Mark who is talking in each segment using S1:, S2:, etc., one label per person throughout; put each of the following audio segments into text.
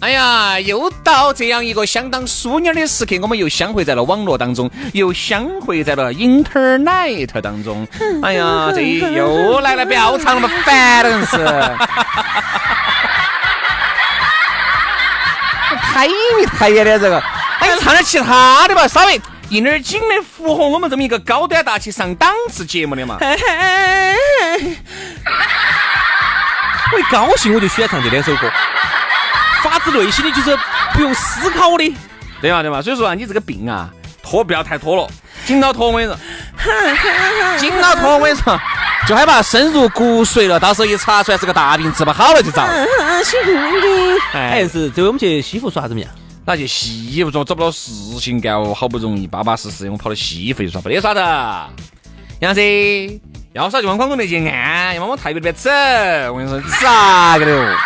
S1: 哎呀，又到这样一个相当淑女的时刻，我们又相会在了网络当中，又相会在了 internet 当中。哎呀，这又来了，不要唱那么烦了，真是。拍你 太远的这个，哎，唱点其他的吧，稍微应点儿景的，符合我们这么一个高端大气上档次节目的嘛。
S2: 我一高兴我就喜欢唱这两首歌，发自内心的就是不用思考的。
S1: 对嘛对嘛，所以说啊，你这个病啊，拖不要太拖了，紧到拖我跟你说，紧到拖我跟你说，就害怕深入骨髓了，到时候一查出来是个大病，治不好了就遭。
S2: 哎，
S1: 哎，
S2: 是，这回我们去西湖耍怎么样？
S1: 那去西服装找不到事情干，我好不容易巴巴适适，我跑到西湖去耍，没得耍的。杨子，要耍就往广东那去按，要么往泰国那边走。我跟你说，咋个的哦？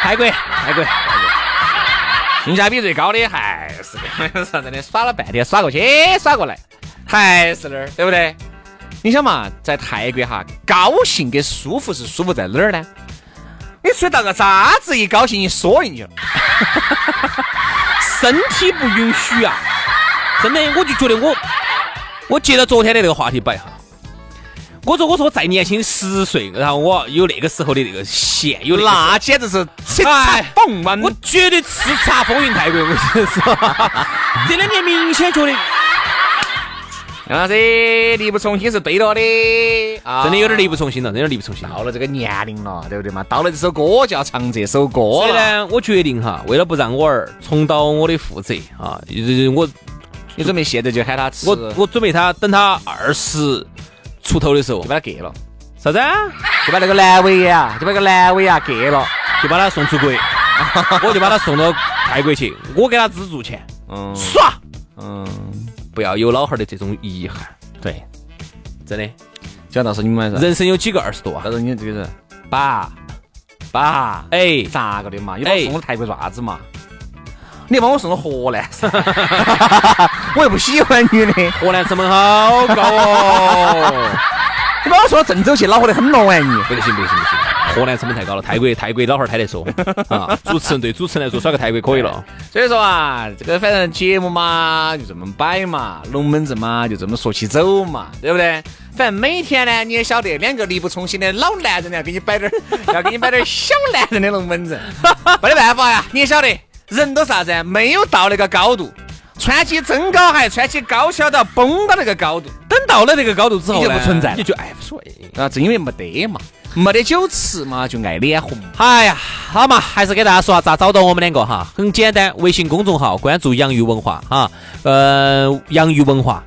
S2: 泰国，泰国，
S1: 性价比最高的还是 我跟你说，真的耍了半天，耍过去耍过来，还是那儿，对不对？你想嘛，在泰国哈，高兴跟舒服是舒服在哪儿呢？你吹到个渣子，一高兴一缩进去了。
S2: 身体不允许啊！真的，我就觉得我，我接到昨天的那个话题摆哈。我说，我说我再年轻十岁，然后我有那个时候的那个线，有那个时候
S1: 那简直是叱咤
S2: 哎
S1: 风云。
S2: 我绝对
S1: 哎
S2: 叱咤风云泰国，我跟你 说，这两年明显觉得
S1: 杨老师，力不从心是对了的，啊
S2: 真的有点力不从心了，真的有点力不从心了。
S1: 到了这个年龄了，对不对嘛？到了这首歌就要唱这首歌
S2: 所以
S1: 了。
S2: 呢，我决定哈，为了不让我儿重蹈我的覆辙啊，就是我
S1: 你准备现在就喊他吃，
S2: 我
S1: 我
S2: 我准备他等他二十出头的时候
S1: 就，把他割了，
S2: 啥子啊？
S1: 就把那个阑尾呀，就把那个阑尾呀割了。
S2: 就把他送出 国，我就把他送到泰国去，我给他资助钱，
S1: 嗯
S2: 耍，
S1: 嗯，
S2: 不要有老汉儿的这种遗憾，
S1: 对，
S2: 真的，
S1: 就到时候你们晚上，
S2: 人生有几个二十多啊
S1: 到？时候你这个人，爸爸，
S2: 哎，
S1: 咋个的嘛？你把我
S2: 哎
S1: 送到泰国做啥子嘛？你把我送到河南 噻，我又不喜欢女的，你
S2: 河南成本好高哦，
S1: 把我送到郑州去，恼火得很了哎你。
S2: 不得行不得行不得行，河南成本太高了，泰国泰国老汉儿太难 说啊。主持人对主持人来说耍个泰国可以了，
S1: 所以说啊，这个反正节目嘛就这么摆嘛，龙门阵嘛就这么说起走嘛，对不对？反正每天呢，你也晓得，两个力不从心的老男人呢，要给你摆点儿，要给你摆点儿小男人的龙门阵， 没得办法呀。你也晓得，人都啥子啊，没有到那个高度，穿起增高鞋，穿起高跷都要崩到那个高度。
S2: 等到了那个高度之后
S1: 你就
S2: 呢
S1: 不存在了
S2: 你就哎无所谓。
S1: 啊，正因为没得嘛，没得酒吃嘛，就爱脸红。
S2: 哎呀，好嘛，还是给大家说下咋找到我们两个哈，很简单，微信公众号关注“洋芋文化”哈，呃，洋芋文化，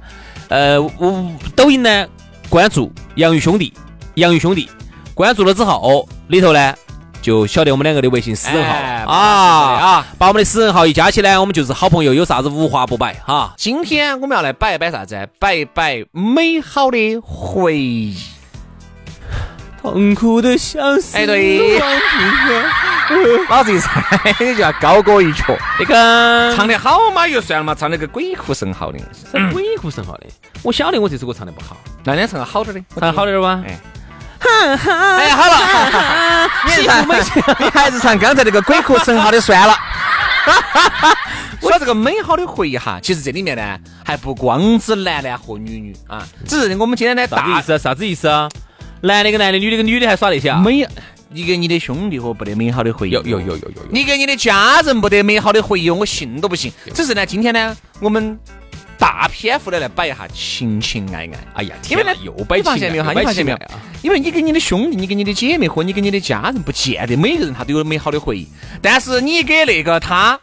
S2: 呃，我抖音呢关注“洋芋兄弟”，洋芋兄弟，关注了之后哦里头呢就晓得我们两个的微信私人号、
S1: 哎
S2: 啊
S1: 啊
S2: 啊，把我们的私人号一加起来，我们就是好朋友，有啥子无话不摆哈。
S1: 今天我们要来摆一摆啥子啊？摆一摆美好的回忆。
S2: 痛苦的相思
S1: 哎对老子一猜就要高歌一曲，
S2: 那个
S1: 唱得好嘛又算了嘛，唱得个鬼哭神嚎的。
S2: 唱鬼哭神嚎的，我晓得我这首歌唱的不好，
S1: 那你唱个好点的，
S2: 唱得好
S1: 的。
S2: 点儿吗？
S1: 哎哎，好了， 你还是 唱，你还是唱刚才那个鬼哭神嚎的算 了。说这个美好的回忆哈，其实这里面呢还不光指男男和女女啊，只是我们今天呢
S2: 啥子
S1: 大
S2: 意思啊？啥子意思啊？男的跟男的，女的跟女的还耍那些啊？
S1: 没有，你跟你的兄弟伙不得美好的回忆。
S2: 有有有有有有。
S1: 你跟你的家人不得美好的回忆，我信都不信。只是呢，今天呢，我们大篇幅的来摆一下情情爱爱。
S2: 哎呀，
S1: 因为呢
S2: 天，哪又摆
S1: 你
S2: 起来
S1: 发现没有哈？
S2: 又摆
S1: 你发现
S2: 起
S1: 没
S2: 来
S1: 有
S2: 啊？
S1: 因为你跟你的兄弟，你跟你的姐妹，或你跟你的家人，不见得每个人他都有美好的回忆，但是你给那个他，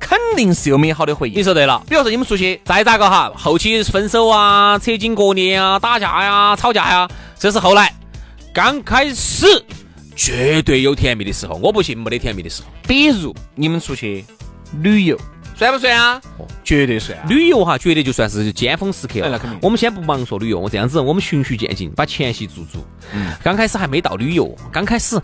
S1: 肯定是有美好的回忆。
S2: 你说对了。
S1: 比如说你们出去，
S2: 再咋个哈，后期分手啊、扯筋割裂啊、打架呀、吵架呀、这是后来。刚开始绝对有甜蜜的时候，我不信没得甜蜜的时候。
S1: 比如你们出去旅游，算不算啊？
S2: 哦
S1: 绝对算啊。
S2: 旅游哈，绝对就算是尖峰时刻
S1: 哎那
S2: 了
S1: 肯定。
S2: 我们先不忙说旅游，我这样子，我们循序渐进，把前戏做足。
S1: 嗯
S2: 刚开始还没到旅游，刚开始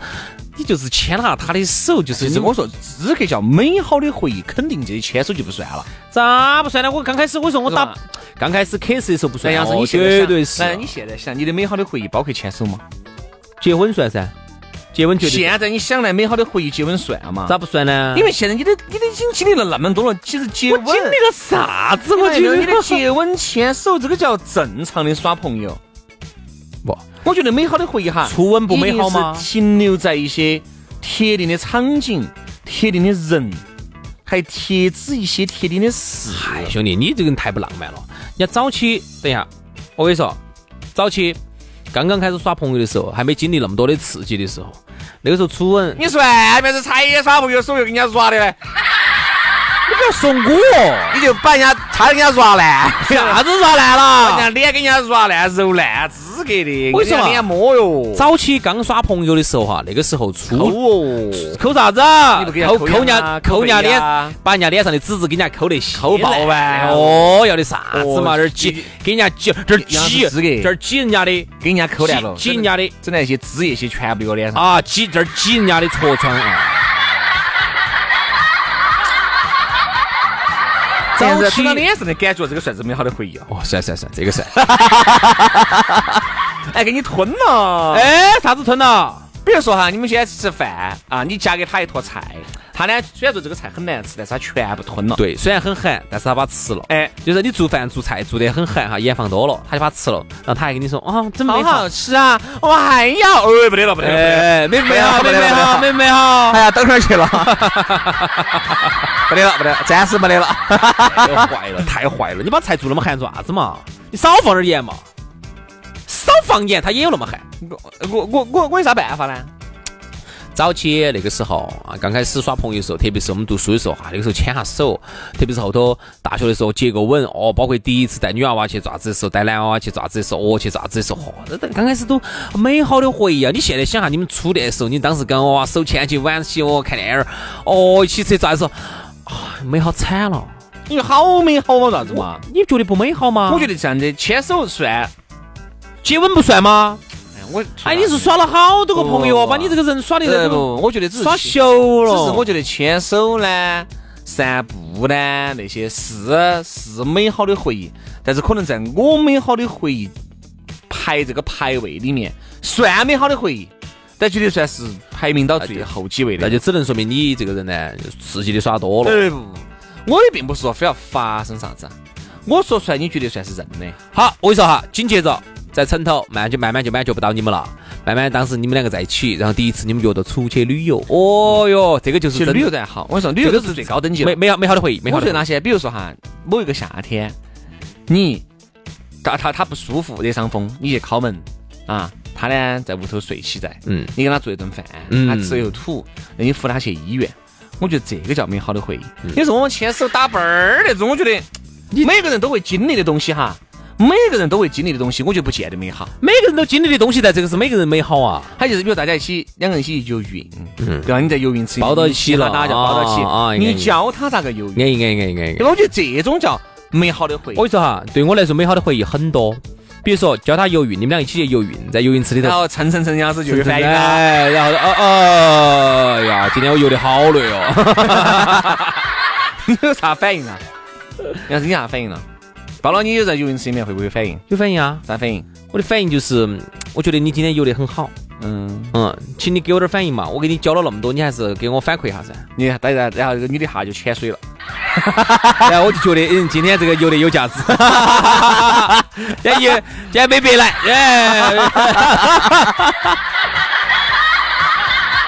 S2: 你就是牵下他的手，就是
S1: 其实我说，资格叫美好的回忆，肯定这些牵手就不算了。
S2: 咋不算呢？我刚开始我说我
S1: 是
S2: 打
S1: 吧，
S2: 刚开始 kiss 的时候不
S1: 那
S2: 算，
S1: 杨生，
S2: 哦
S1: 你现在
S2: 绝
S1: 想
S2: 对是
S1: 那你现在想，你的美好的回忆包括牵手吗？
S2: 结婚算噻，结婚绝对
S1: 现在你想来美好的回忆，结婚算吗？
S2: 咋不算呢？
S1: 因为现在你的你的已经经历了那么多了，其实结
S2: 我
S1: 婚
S2: 经历了啥子？我
S1: 觉
S2: 觉
S1: 得
S2: 得
S1: 你的接吻、牵手，这个叫正常的耍朋友。
S2: 不，
S1: 我觉得美好的回忆哈，
S2: 初吻不美好吗
S1: 一定是停留在一些铁定的场景、铁定的人，还贴纸一些铁定的事。
S2: 哎，兄弟，你这个人太不浪漫了。人家早期，等一下，我跟你说，早期刚刚开始耍朋友的时候，还没经历那么多的刺激的时候，那个时候初吻，
S1: 你算不是才耍朋友，手又跟人家耍的嘞，
S2: 不要说我，啊
S1: 你就把人家差点给人家耍烂，
S2: 啥子耍烂
S1: 把人家
S2: 了？
S1: 脸给人家耍烂、揉烂，资格的，
S2: 为什么
S1: 给人家脸摸哟？
S2: 早期刚耍朋友的时候哈，那个时候
S1: 抠
S2: 初
S1: 哦，
S2: 抠啥子？啊
S1: 不给人家
S2: 抠
S1: 抠
S2: 人
S1: 痒
S2: 家
S1: 啊
S2: 抠人家
S1: 抠背
S2: 脸
S1: 啊，
S2: 把人家脸上的脂质给人家抠得抠
S1: 爆完
S2: 哦，要的啥子嘛？
S1: 哦
S2: 这儿挤
S1: 你，
S2: 给人家挤，这儿
S1: 杨
S2: 挤，
S1: 是资格
S2: 这儿挤人家的，
S1: 给人家抠烂了，
S2: 挤挤人家的。
S1: 整那些枝叶些全部给我脸上。
S2: 啊，挤这儿挤人家的痤疮 啊！
S1: 但是
S2: 早
S1: 涂
S2: 期
S1: 到脸上的感觉，这个算是美好的回 忆啊！
S2: 哦，算算算，这个算。
S1: 哎，给你吞了。哎，
S2: 哎，啥子吞了？
S1: 比如说哈，你们现在吃饭啊，你夹给他一坨菜，他呢虽然说这个菜很难吃，但是他全部吞了。，
S2: 对，虽然很寒，但是他把它吃了。
S1: 哎，
S2: 就是你做饭做菜做得很寒哈，盐放多了，他就把它吃了，然后他还跟你说啊，真
S1: 好
S2: 美
S1: 好
S2: 好。
S1: 吃啊！我还要，哎，不得了，不得了，不得了，
S2: 哎，美美好，
S1: 不
S2: 美
S1: 得了
S2: 美好，
S1: 不
S2: 美美 好。
S1: 哎呀，等会儿去了，不得了，不得了，暂时没得了。
S2: 太坏了，太坏了！你把菜做那么寒做啥子嘛？你少放点盐嘛，少放盐，它也有那么寒。
S1: 我我我我有啥办法呢？
S2: 早期那个时候啊，刚开始耍朋友的时候，特别是我们读书的时候哈，那个时候牵下手，特别是后头大学的时候接个吻哦，包括第一次带女娃娃去爪子的时候，带男娃娃去爪子的时候，哦去爪子的时候，嚯、那那刚开始都美好的回忆啊！你现在想下你们初恋的时候，你当时跟娃娃手牵起挽起哦看电影儿，哦一起去爪子的时候，啊美好惨了，
S1: 你好美好嘛，啥子嘛？
S2: 你觉得不美好吗？
S1: 我觉
S2: 得
S1: 得这样的牵手算，
S2: 接吻不算吗？
S1: 哎我
S2: 哎，你是耍了好多个朋友哦，
S1: 不
S2: 把你这个人耍的
S1: 呃
S2: 人
S1: 不，我觉得只是
S2: 耍熟了。
S1: 只是我觉得牵手呢、散步呢，那些是是美好的回忆，但是可能在我美好的回忆排这个排位里面，算美好的回忆，但绝对算是排名到最后几位的。
S2: 哎那就只能说明你这个人呢，刺激的耍多了。
S1: 呃不，我也并不是说非要发生啥子啊，我说出来你绝对算是认的。
S2: 好，我跟你说哈，紧接着在城头，慢就慢慢就满足不到你们了。慢慢当时你们两个在一起，然后第一次你们约到出去旅游，哦哟，这个就是
S1: 其实
S2: 真的
S1: 旅游都还好，我跟你说旅游
S2: 这
S1: 都
S2: 个
S1: 是最高等级了
S2: 美。美好美好的回忆，美好
S1: 我觉
S2: 的
S1: 得
S2: 回
S1: 那
S2: 忆。
S1: 些，比如说哈，某一个夏天，你他他他不舒服，热伤风，你去敲门啊，他呢在屋头睡起在，
S2: 嗯，
S1: 你给他做一顿饭，
S2: 嗯
S1: 他吃了又吐，那你扶他去医院，我觉得这个叫美好的回忆。你说我们牵手打啵儿那种，我觉得每个人都会经历的东西哈，每个人都会经历的东西，我觉得不见得美好。
S2: 每个人都经历的东西，在这个是每个人美好啊。
S1: 还就是比如大家一起两个人一起去游泳，对吧？你在游泳池
S2: 抱嗯到一起了
S1: 大家抱到
S2: 啊啊
S1: 一起，
S2: 应该
S1: 你教他咋个游泳，
S2: 安逸安逸安逸安逸
S1: 对。吧？我觉得这种叫美好的回忆
S2: 我。跟你说哈，对我来说美好的回忆很多，比如说教他游泳，你们俩一起去游泳，在游泳池里头
S1: 然后蹭蹭蹭样子就
S2: 就
S1: 会
S2: 是
S1: 翻一个。
S2: 哎，然后哦哦呀，今天我游的好累哦。
S1: 你有 啥反应啊？要是你啥反应了？包老，你有在游泳池里面会不会反应？
S2: 有反应啊？
S1: 啥反应？
S2: 我的反应就是，我觉得你今天游的很好，
S1: 嗯，
S2: 嗯，请你给我点反应嘛。我给你教了那么多，你还是给我反馈一 下噻。
S1: 你大家，然后这个女的哈就潜水了。
S2: 然后我就觉得，嗯，今天这个游的有价值， 今天游今天没白来，哎耶。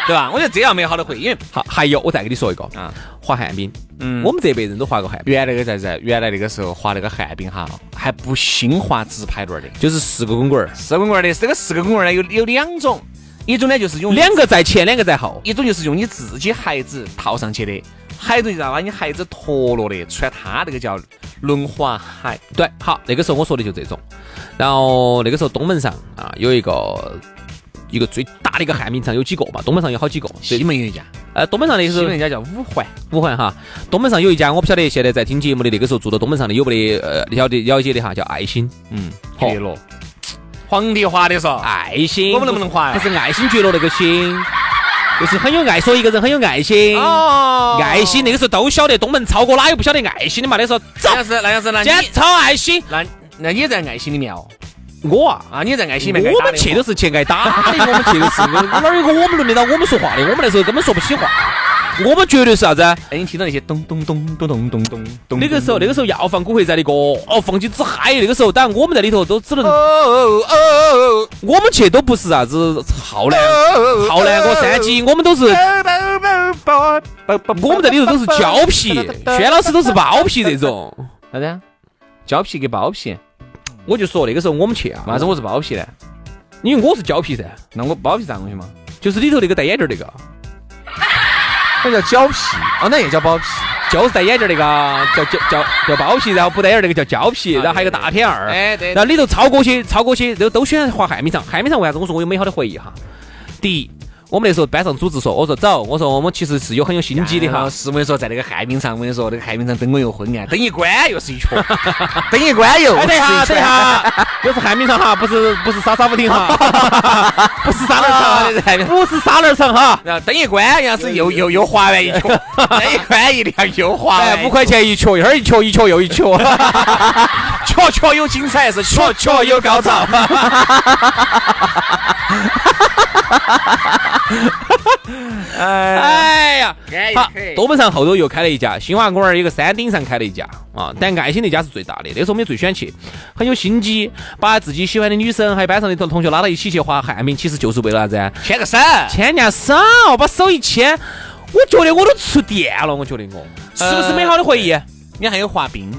S1: 对吧？我觉得这样美好的回忆，因为
S2: 好，还有我再给你说一个
S1: 啊，
S2: 滑旱冰，嗯，我们这辈人都滑过旱冰，
S1: 原来那个啥子？原来那个时候滑那个旱冰哈，还不兴滑直排轮的，
S2: 就是四个滚滚儿，
S1: 四个滚棍儿的。这个四个滚棍儿呢，有有两种，一种呢就是用
S2: 两个在前，两个在后，
S1: 一种就是用你自己孩子套上去的，还有一种就是把你孩子脱落的，穿他那个叫轮滑鞋。
S2: 对，好，那个时候我说的就这种。然后那个时候东门上啊有一个一个最大的一个旱冰场，有几个嘛？东门上有好几个。
S1: 西
S2: 最
S1: 门有一家，
S2: 呃，东门上那个时
S1: 西
S2: 候
S1: 门有一家叫五环，
S2: 五环哈，东门上有一家，我不晓得现在在听节目的那个时候住到东门上的有没得呃了解了解的哈，叫爱心，
S1: 嗯，
S2: 好
S1: 绝了，皇帝滑的说，
S2: 爱心，
S1: 我们能不能啊滑
S2: 不
S1: 呀？
S2: 是爱新觉罗那个心，就是很有爱，说一个人很有爱心。
S1: 哦
S2: 哎爱心那个时候都晓得，东门超哥哪有不晓得爱心的嘛？那时候走
S1: 那，要是那要是那
S2: 今天
S1: 你
S2: 超爱心，
S1: 那那你在爱心里面哦，
S2: 我啊。
S1: 啊，你在爱心里面该
S2: 我
S1: 打
S2: 们
S1: 的哦
S2: 去都是去挨打 的，我们去的是哪有个我们轮得到我们说话的？我们那时候根本说不起话，我们绝对是啥子？啊
S1: 哎，你听到那些咚咚咚咚咚咚咚咚，
S2: 那个时候，那个时候要放古惑仔的歌，哦，放起之嗨。那个时候，当然我们在里头都只能，
S1: 哦哦哦
S2: 我们去都不是啥子浩南、浩南哥山鸡，我们都是我们在里头都是胶皮，轩老师都是包皮这种。
S1: 啥子啊？胶皮跟包皮，
S2: 我就说那个时候我们去啊，
S1: 为啥子我是包皮呢？
S2: 因为我是胶皮噻，
S1: 那我包皮啥东西嘛？
S2: 就是里头那个戴眼镜儿那个，
S1: 那叫胶皮啊，
S2: 哦
S1: 那也叫包皮。
S2: 就是戴眼镜儿那个叫叫叫叫包皮，然后不戴眼儿那个叫胶皮，然后还有个大片儿，
S1: 哎啊对对
S2: 然后里头超过去超过去都都喜欢滑旱冰场，旱冰场为啥子？我说我有美好的回忆哈。第一，我们那时候班上组织说，我说走，我说我们其实是有很有心机的哈。
S1: 哎是我跟你说，在那个旱冰场，我跟你说，那个旱冰场灯光又昏暗，灯一关又是 一圈，灯一关又
S2: 哎，等一下，
S1: 是
S2: 等一
S1: 圈
S2: 下，又是旱冰场哈，不是不是沙沙舞厅 哈，不是沙
S1: 啊
S2: 轮场
S1: 这是旱
S2: 哈，
S1: 冰
S2: 不是沙轮场哈，
S1: 然后灯一关，要是又又又滑完一 圈，灯一关一亮又滑完一
S2: 哎，
S1: 圈，
S2: 五块钱一球，一会儿一球，一球又一球，
S1: 确确有精彩，是确确
S2: 球有高潮。
S1: 哎，
S2: 哎呀，好
S1: 好，，
S2: 东门上后头又开了一家，新华公园有个山顶上开了一家啊，但爱心那家是最大的，那时候我们最喜欢去，很有心机，把自己喜欢的女生还有班上的同同学拉到一起去滑旱冰，其实就是为了啥子？
S1: 牵个手，
S2: 牵人家手，把手一牵，我觉得我都触电了，我觉得我是不是美好的回忆？
S1: 呃你还有滑冰，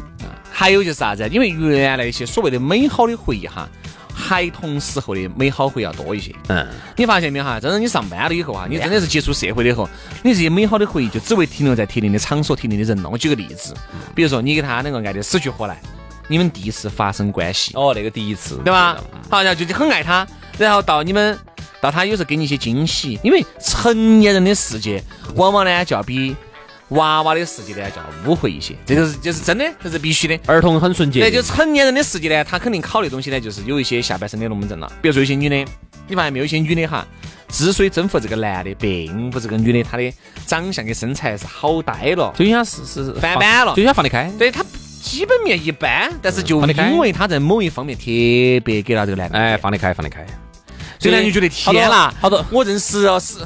S1: 还有就是啥子？啊因为原来一些所谓的美好的回忆哈，孩童时候的美好回忆要多一些。
S2: 嗯，
S1: 你发现没有哈？真的，你上班了以后哈，啊你真的是接触社会了以后，你这些美好的回忆就只会停留在特定的场所、特定的人了。我举个例子，
S2: 嗯
S1: 比如说你跟他两个爱得死去活来，你们第一次发生关系，
S2: 哦，那个第一次，
S1: 对吧？好，然后就很爱他，然后到你们到他有时候给你一些惊喜，因为成年人的世界往往呢就要比娃娃的世界呢就要污秽一些，这就是这是真的，这是必须的。
S2: 儿童很纯洁，
S1: 对，就成年人的世界呢，他肯定考虑的东西呢，就是有一些下半身的龙门阵了。比如说有些女的，你发现没有？有些女的哈，之所以征服这个男的，并不是这个女的她的长相跟身材是好呆了，
S2: 就像是是
S1: 翻版了
S2: 就像放得开，
S1: 对嗯她基本面一般，但是就
S2: 放得开
S1: 因为她在某一方面特别给到这个男的，
S2: 哎，放得开，放得开，
S1: 所以呢，你觉得天啦，
S2: 好多好多
S1: 我认识了是。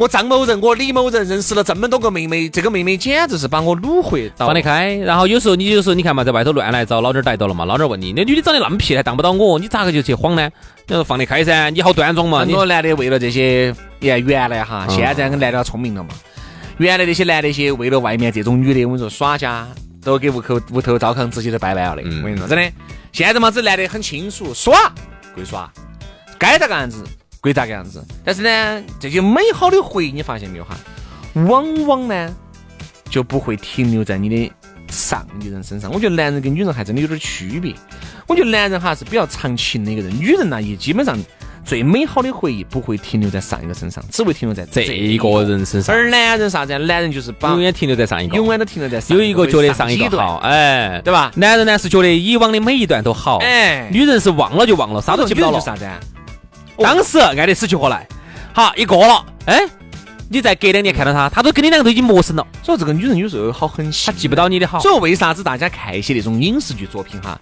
S1: 我张某人，我李某人认识了这么多个妹妹，这个妹妹简直是把我掳回到
S2: 放得开。然后有时候你就说，你看嘛，在外头乱来找老点儿逮到了嘛，老点儿问你，那女的长得那么屁，还当不到我，你咋个就去晃呢？你说放得开噻，你好端庄嘛，
S1: 很
S2: 你啊
S1: 多男的为了这些，你看原来哈，现在跟男的要聪明了嘛。原来那些男的些为了外面这种女的，我跟你说耍家都给屋口屋头糟糠自己都掰弯了的。
S2: 嗯
S1: 我跟你说，真的，现在嘛，这男的很清楚，耍归耍，该咋个样子归咋个样子。但是呢，这些美好的回忆，你发现没有哈？往往呢就不会停留在你的上一任身上。我觉得男人跟女人还真的有点区别。我觉得男人哈是比较长情的一个人，女人呢也基本上最美好的回忆不会停留在上一个身上，只会停留在
S2: 这一个。人身上
S1: 而男人啥子啊？男人就是把
S2: 永远停留在上一个，
S1: 永远都停留在上
S2: 有一个觉得上一
S1: 几
S2: 个
S1: 段
S2: 好，哎，
S1: 对吧
S2: 男人呢是觉得以往的每一段都好，
S1: 哎
S2: 女人是忘了就哦忘了，啥都记不到
S1: 就
S2: 了
S1: 是。啥子啊？
S2: 当时爱得死去活来，好一过了，哎，你再隔两年看到他，他都跟你两个都已经陌生了，
S1: 所以这个女人有时啊候好狠
S2: 他
S1: 心，
S2: 记不到你的好。
S1: 所以为啥子大家看一些那种影视剧作品哈？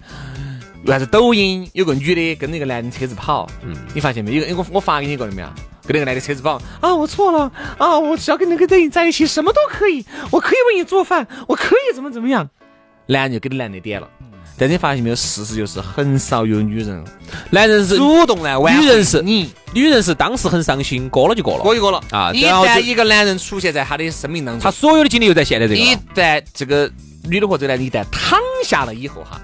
S1: 为啥子抖音有个女的跟那个男的车子跑？嗯，你发现没有？有个我我发给你一个了没有？跟那个男的车子跑啊！我错了啊！我只要跟那个人在一起，什么都可以，我可以为你做饭，我可以怎么怎么样。男人就给那男的点了，但你发现没有，事实就是很少有女人
S2: 男人是
S1: 主动来挽回
S2: 女人是
S1: 你
S2: 女人是当时很伤心，过了就过了，
S1: 过一个了
S2: 啊
S1: 一
S2: 然后
S1: 旦
S2: 就
S1: 一个男人出现在她的生命当
S2: 他
S1: 中，
S2: 所有的精力又在现在这个
S1: 一
S2: 了。
S1: 旦这个女的或者男的一旦躺下了以后哈，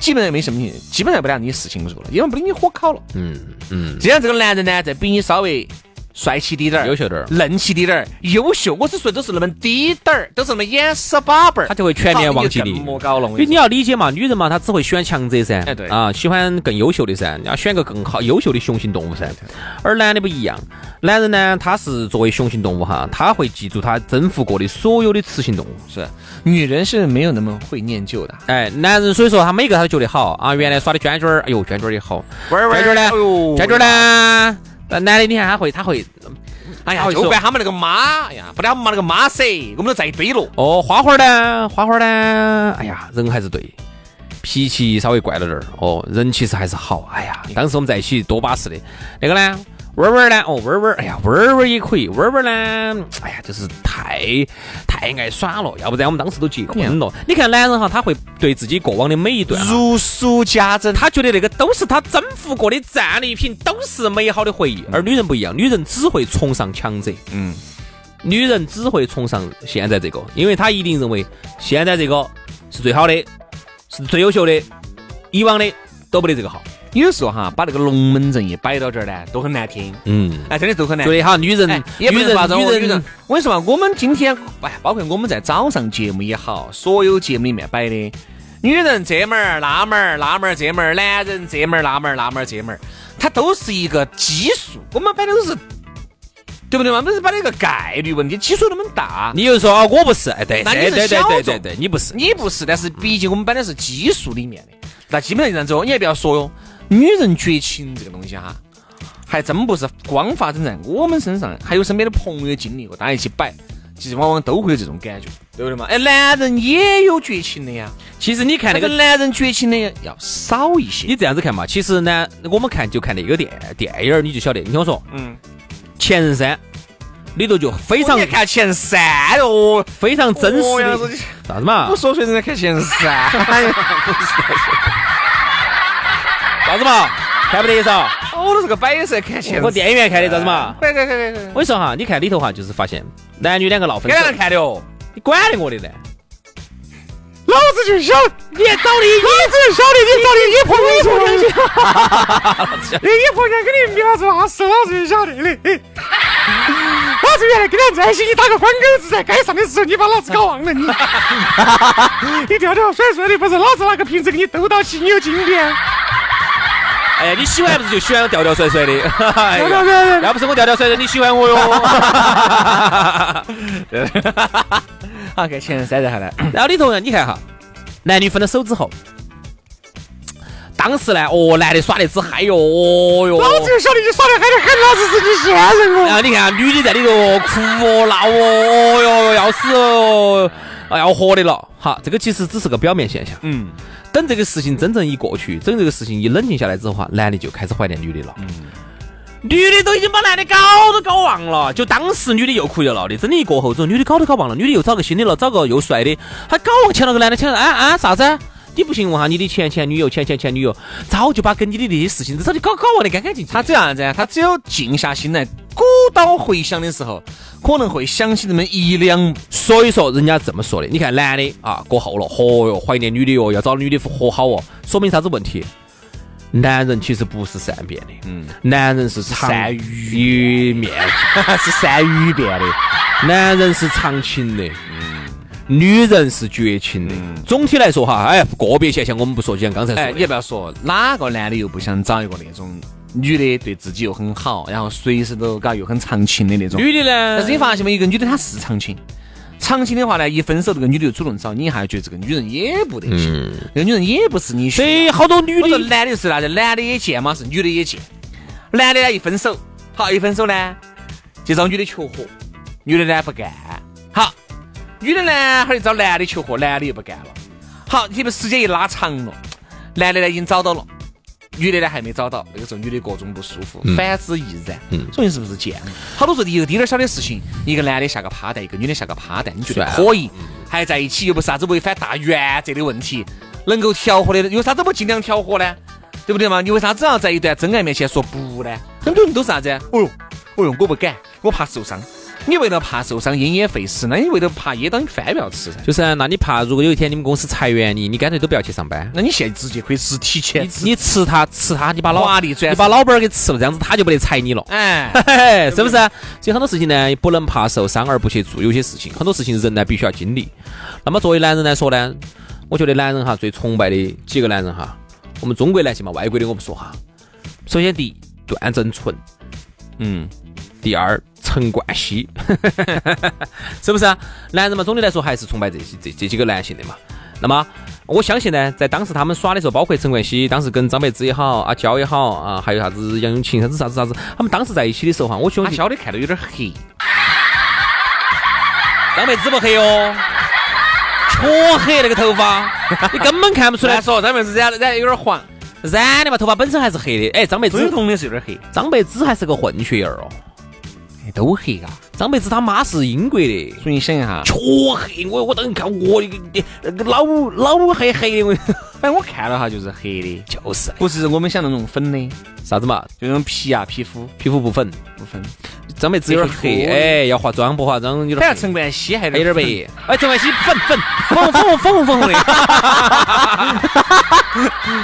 S1: 基本上没什么，基本上不让你事情做了，因为不给你火烤了。
S2: 嗯嗯，
S1: 这样这个男人呢，再比你稍微帅气滴点儿，
S2: 优秀点儿
S1: 嫩气滴点儿，优秀。我是说都是那么滴点儿，都是那么眼屎巴巴儿，
S2: 他就会全面忘记
S1: 好你
S2: 你
S1: 就更莫搞了。我
S2: 因
S1: 跟
S2: 为
S1: 你
S2: 你
S1: 说，
S2: 要理解嘛，女人嘛，她只会选强者噻，
S1: 哎对
S2: 啊，喜欢更优秀的噻，你要选个更好优秀的雄性动物噻。而男的不一样，男人呢，他是作为雄性动物哈，他会记住他征服过的所有的雌性动物。
S1: 是女人是没有那么会念旧的。
S2: 哎，男人所以说他每个他都觉得好啊，原来耍的娟娟儿，哎呦，娟娟儿也好，
S1: 玩
S2: 娟娟儿
S1: 哎呦
S2: 呢，娟娟儿呢，那男的你看他会，他会，他
S1: 哎呀，
S2: 会
S1: 就
S2: 说
S1: 怪他们那个妈哎呀，不然他们妈那个妈噻，我们都在一堆了。
S2: 哦，花花呢？花花呢？哎呀，人还是对，脾气稍微怪了点儿。哦，人其实还是好。哎呀，当时我们在一起多巴适的。那个呢，温温呢？哦，温温，哎呀，温温也可以。温温呢？哎呀，就是太太爱耍了，要不然我们当时都结婚了。你看男人哈，他会对自己过往的每一段哈。 啊
S1: 如数家珍，
S2: 他觉得那个都是他征服过的战利品，都是美好的回忆。而女人不一样，女人只会崇尚强者，
S1: 嗯，
S2: 女人只会崇尚现在这个，因为她一定认为现在这个是最好的，是最优秀的，以往的都不得这个好。
S1: 有时候哈，把那个龙门阵一摆到这儿呢，都很难听。
S2: 嗯，
S1: 哎，真的都很难
S2: 觉
S1: 听。
S2: 得哈，女人
S1: 哎，，
S2: 女
S1: 也不能
S2: 人
S1: 说啥，子
S2: 女
S1: 我女
S2: 人
S1: 人，，我跟你说嘛，我们今天哎，包括我们在早上节目也好，所有节目里面摆的，女人这门儿那门儿那门儿这门儿，男人这门儿那门儿那门儿这门儿，它都是一个基数，我们摆的都是，对不对嘛？我们是摆的一个概率问题，基数那么大，
S2: 你又说啊，我不是，哎，对，
S1: 那
S2: 对
S1: 你是
S2: 对对
S1: 小
S2: 对对
S1: 众
S2: 对，你不是，
S1: 你不是，但是毕竟我们摆的是基数里面的，那基本上就这样子哦。你还不要说哟，女人绝情这个东西哈，还真不是光发生在我们身上，还有身边的朋友经历过，大家一起摆，其实往往都会有这种感觉，对不对嘛？哎，男人也有绝情的呀，
S2: 其实你看
S1: 那
S2: 哎那
S1: 个
S2: 个
S1: 男人绝情的要少一些。
S2: 你这样子看嘛，其实呢，我们看就看那个电电影儿，你就晓得。你听我说，嗯，《前任三》里头就非常
S1: 我也看前三哦哟，
S2: 非常真实
S1: 我要
S2: 的
S1: 是
S2: 啥子嘛
S1: 五，十多岁人在看 前三，哎呀
S2: 啥子嘛，看不得噻。
S1: 我都是个摆设看前
S2: 我
S1: 三。
S2: 电影院看的，啥子嘛。
S1: 快快快快快！
S2: 我跟你说哈，你看里头哈，就是发现男女两个闹分
S1: 给
S2: 手
S1: 人，看的哦，
S2: 你管得我的呢？
S1: 老子就晓得。
S2: 你找的，你只晓得你找的，你朋友出两去。
S3: 你你朋友跟你描述啊啥事，老子就晓得的。嘿老子原来跟他在一起，你打个黄狗子在街上的时候，你把老子搞忘 了你。你掉掉甩甩的，不是老子拿个瓶子给你兜到起，你有经典。
S2: 哎呀，你喜欢不是就喜欢吊吊甩甩的？哎
S3: 掉掉
S2: 呀
S3: 甩甩，
S2: 要不是我吊吊甩甩，你喜欢我哟。
S1: 好，看前三然后呢？
S2: 然后里头呢，你看哈，男女分了手之后，当时呢，哦，男的耍得之嗨哟，哦哟。
S3: 老子就晓得你耍的嗨得很，老子是你现任
S2: 然
S3: 哦。
S2: 后哎你看女的在里头哭哦闹哦，哦哟要死哦，啊要活的了。好，这个其实只是个表面现象。
S1: 嗯，
S2: 等这个事情真正一过去，等这个事情一冷静下来之后哈，男的就开始怀念女的了。女的都已经把男的搞都搞忘了，就当时女的又哭又闹的，真的一过后之后，女的搞都搞忘了，女的又找个新的了，找个又帅的，还搞忘前了个男的，前了啊啊啥子啊？你不行，问下你的前前女友、前前前女友，早就把跟你的那些事情早就搞搞忘得干干净净。
S1: 他只要啥子啊？他只有静下心来，鼓捣回想的时候，可能会想起那么一两步。
S2: 所以说人家这么说的，你看男的啊过后了，嚯哟怀念女的哟，要找女的和好哦，说明啥子问题？男人其实不是善变的，嗯，男人是长
S1: 善
S2: 于面子，
S1: 是善于变的，
S2: 男人是长情的，嗯，女人是绝情的。总体来说哈，哎，个别现象我们不说，就像刚才
S1: 哎，
S2: 说
S1: 你也
S2: 的，
S1: 不要说哪个男的又不想找一个那种女的对自己又很好，然后随时都搞又很长情的那种。
S2: 哎女的呢，
S1: 但是你发现没，一个女的她是长情，长情的话呢，一分手这个女的就主动找你，还觉得这个女人也不得行，这个女人也不是你需要的。
S2: 对好多女
S1: 我说
S2: 的，
S1: 男的是啥子？男的也贱嘛，是女的也贱。男的呢一分手，好一分手呢，就找女的求和，女的呢不干，好，女的呢还就找男的求和，男的又不干了，好，你们时间一拉长了，男的呢已经找到了。女的呢还没找到，那个时候女的各种不舒服，反之亦然。所以是不是贱？好多时候一个滴点儿小的事情，一个男的下个趴蛋，一个女的下个趴蛋，你觉得
S2: 算了
S1: 可以，还在一起又不是啥子违反大原则的问题，能够调和的，有啥子不尽量调和呢？对不对嘛？你为啥子要在一段真爱面前说不呢？很多人都是啥子？哦哟，哦哟，我不敢，我怕受伤。你为了怕受伤，因噎废食，那你为了怕噎到你饭不要吃噻。
S2: 就是啊，那你怕如果有一天你们公司裁员你，你干脆都不要去上班。
S1: 那你现在直接可以是提前
S2: 你，你吃他吃他，你把老
S1: 华丽转身
S2: 你把老板儿给吃了，这样子他就不得裁你了。
S1: 哎，
S2: 嘿，是不是啊？所以很多事情呢，不能怕受伤而不去做。有些事情，很多事情人呢必须要经历。那么作为男人来说呢，我觉得男人哈最崇拜的几个男人哈，我们中国男性嘛，外国的我不说哈。首先第一，段正淳，嗯，第二，陈冠希， 是不是啊？男人嘛，总的来说还是崇拜这些这这几个男性的嘛。那么我相信呢，在当时他们耍的时候，包括陈冠希当时跟张柏芝也好，阿娇也好啊，还有啥子杨咏琴啥子啥子啥子，他们当时在一起的时候哈，我
S1: 把
S2: 相信
S1: 小的看到有点黑，
S2: 张柏芝不黑哦，黢黑那个头发，你根本看不出
S1: 虽然
S2: 来。
S1: 说咱们是染染有点黄，
S2: 染的嘛，头发本身还是黑的。哎，张柏芝，
S1: 彤的是有点黑，
S2: 张柏芝还是个混血儿哦。
S1: 都黑啊。
S2: 张柏芝他妈是英国的，
S1: 所以你想一 下，
S2: 黢黑。我我当时看我那个老老黑黑的，我
S1: 反正我看了哈，就是黑的，
S2: 就是
S1: 不是我们想的那种粉的，
S2: 啥子嘛，
S1: 就那种皮啊皮肤
S2: 皮肤不粉，
S1: 不分。
S2: 张柏芝有点黑，哎，要化妆不化妆有点
S1: 反哎正陈冠希还
S2: 黑，有点
S1: 粉，
S2: 白。哎，陈冠希粉粉粉红粉红粉红粉红的，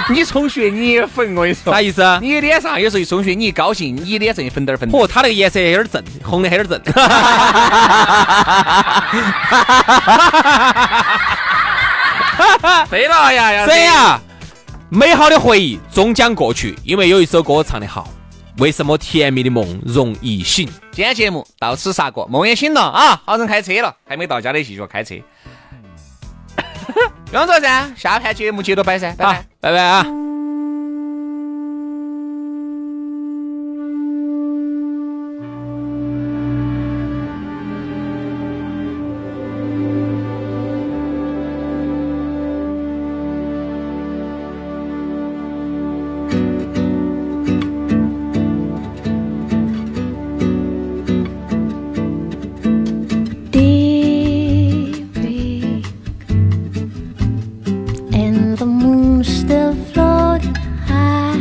S1: 你充血你也粉，我跟你说
S2: 啥。意思啊？哦
S1: 你脸上有时候一充血，你一高兴，你脸上一粉点儿粉。
S2: 嚯，他那个颜色有点正，红的还有点 正。
S1: 对了，哎呀呀，
S2: 这样，美好的回忆终将过去，因为有一首歌唱得好。为什么甜蜜的梦容易醒？
S1: 今天节目到此杀过，梦也醒了啊！好人开车了，还没到家的继续开车。嗯 杨总噻，下盘节目接着摆噻，拜拜。
S2: 好，拜拜啊！
S4: daybreak and the moon still floating high.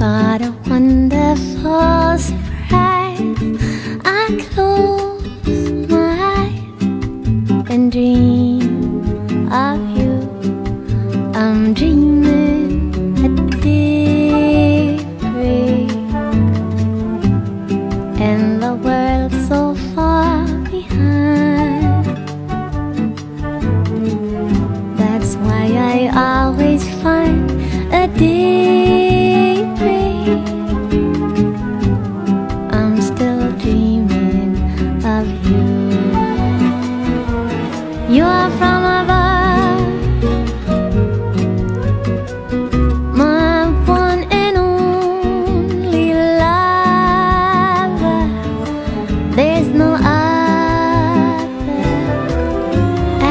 S4: What a wonderful surprise! I close my eyes and dream of you. I'm dreaming at daybreak and the world so far behind. That's why I always find a daybreak. I'm still dreaming of you. You are from above, my one and only lover. There's no other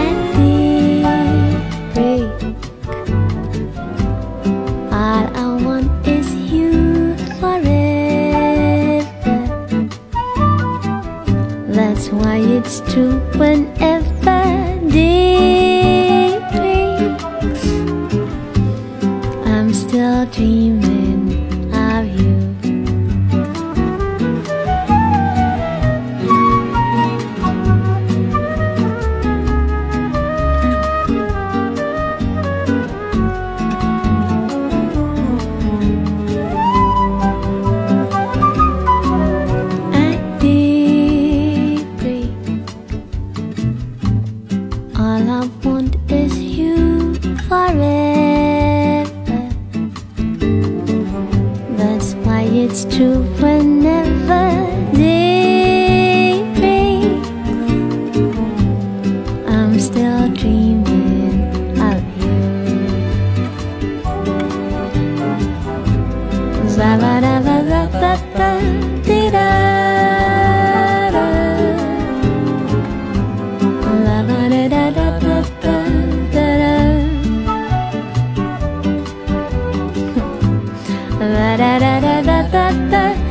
S4: at daybreak. All I want is you forever. That's why it's true whenever day breaks. I'm still dreaming of you. At daybreak, all I want is you forever. That's why it's true whenever day breaks. I'm still dreaming of you. Za ba da ba za ba da di da da. La ba da da da da da da da. La da da da da da da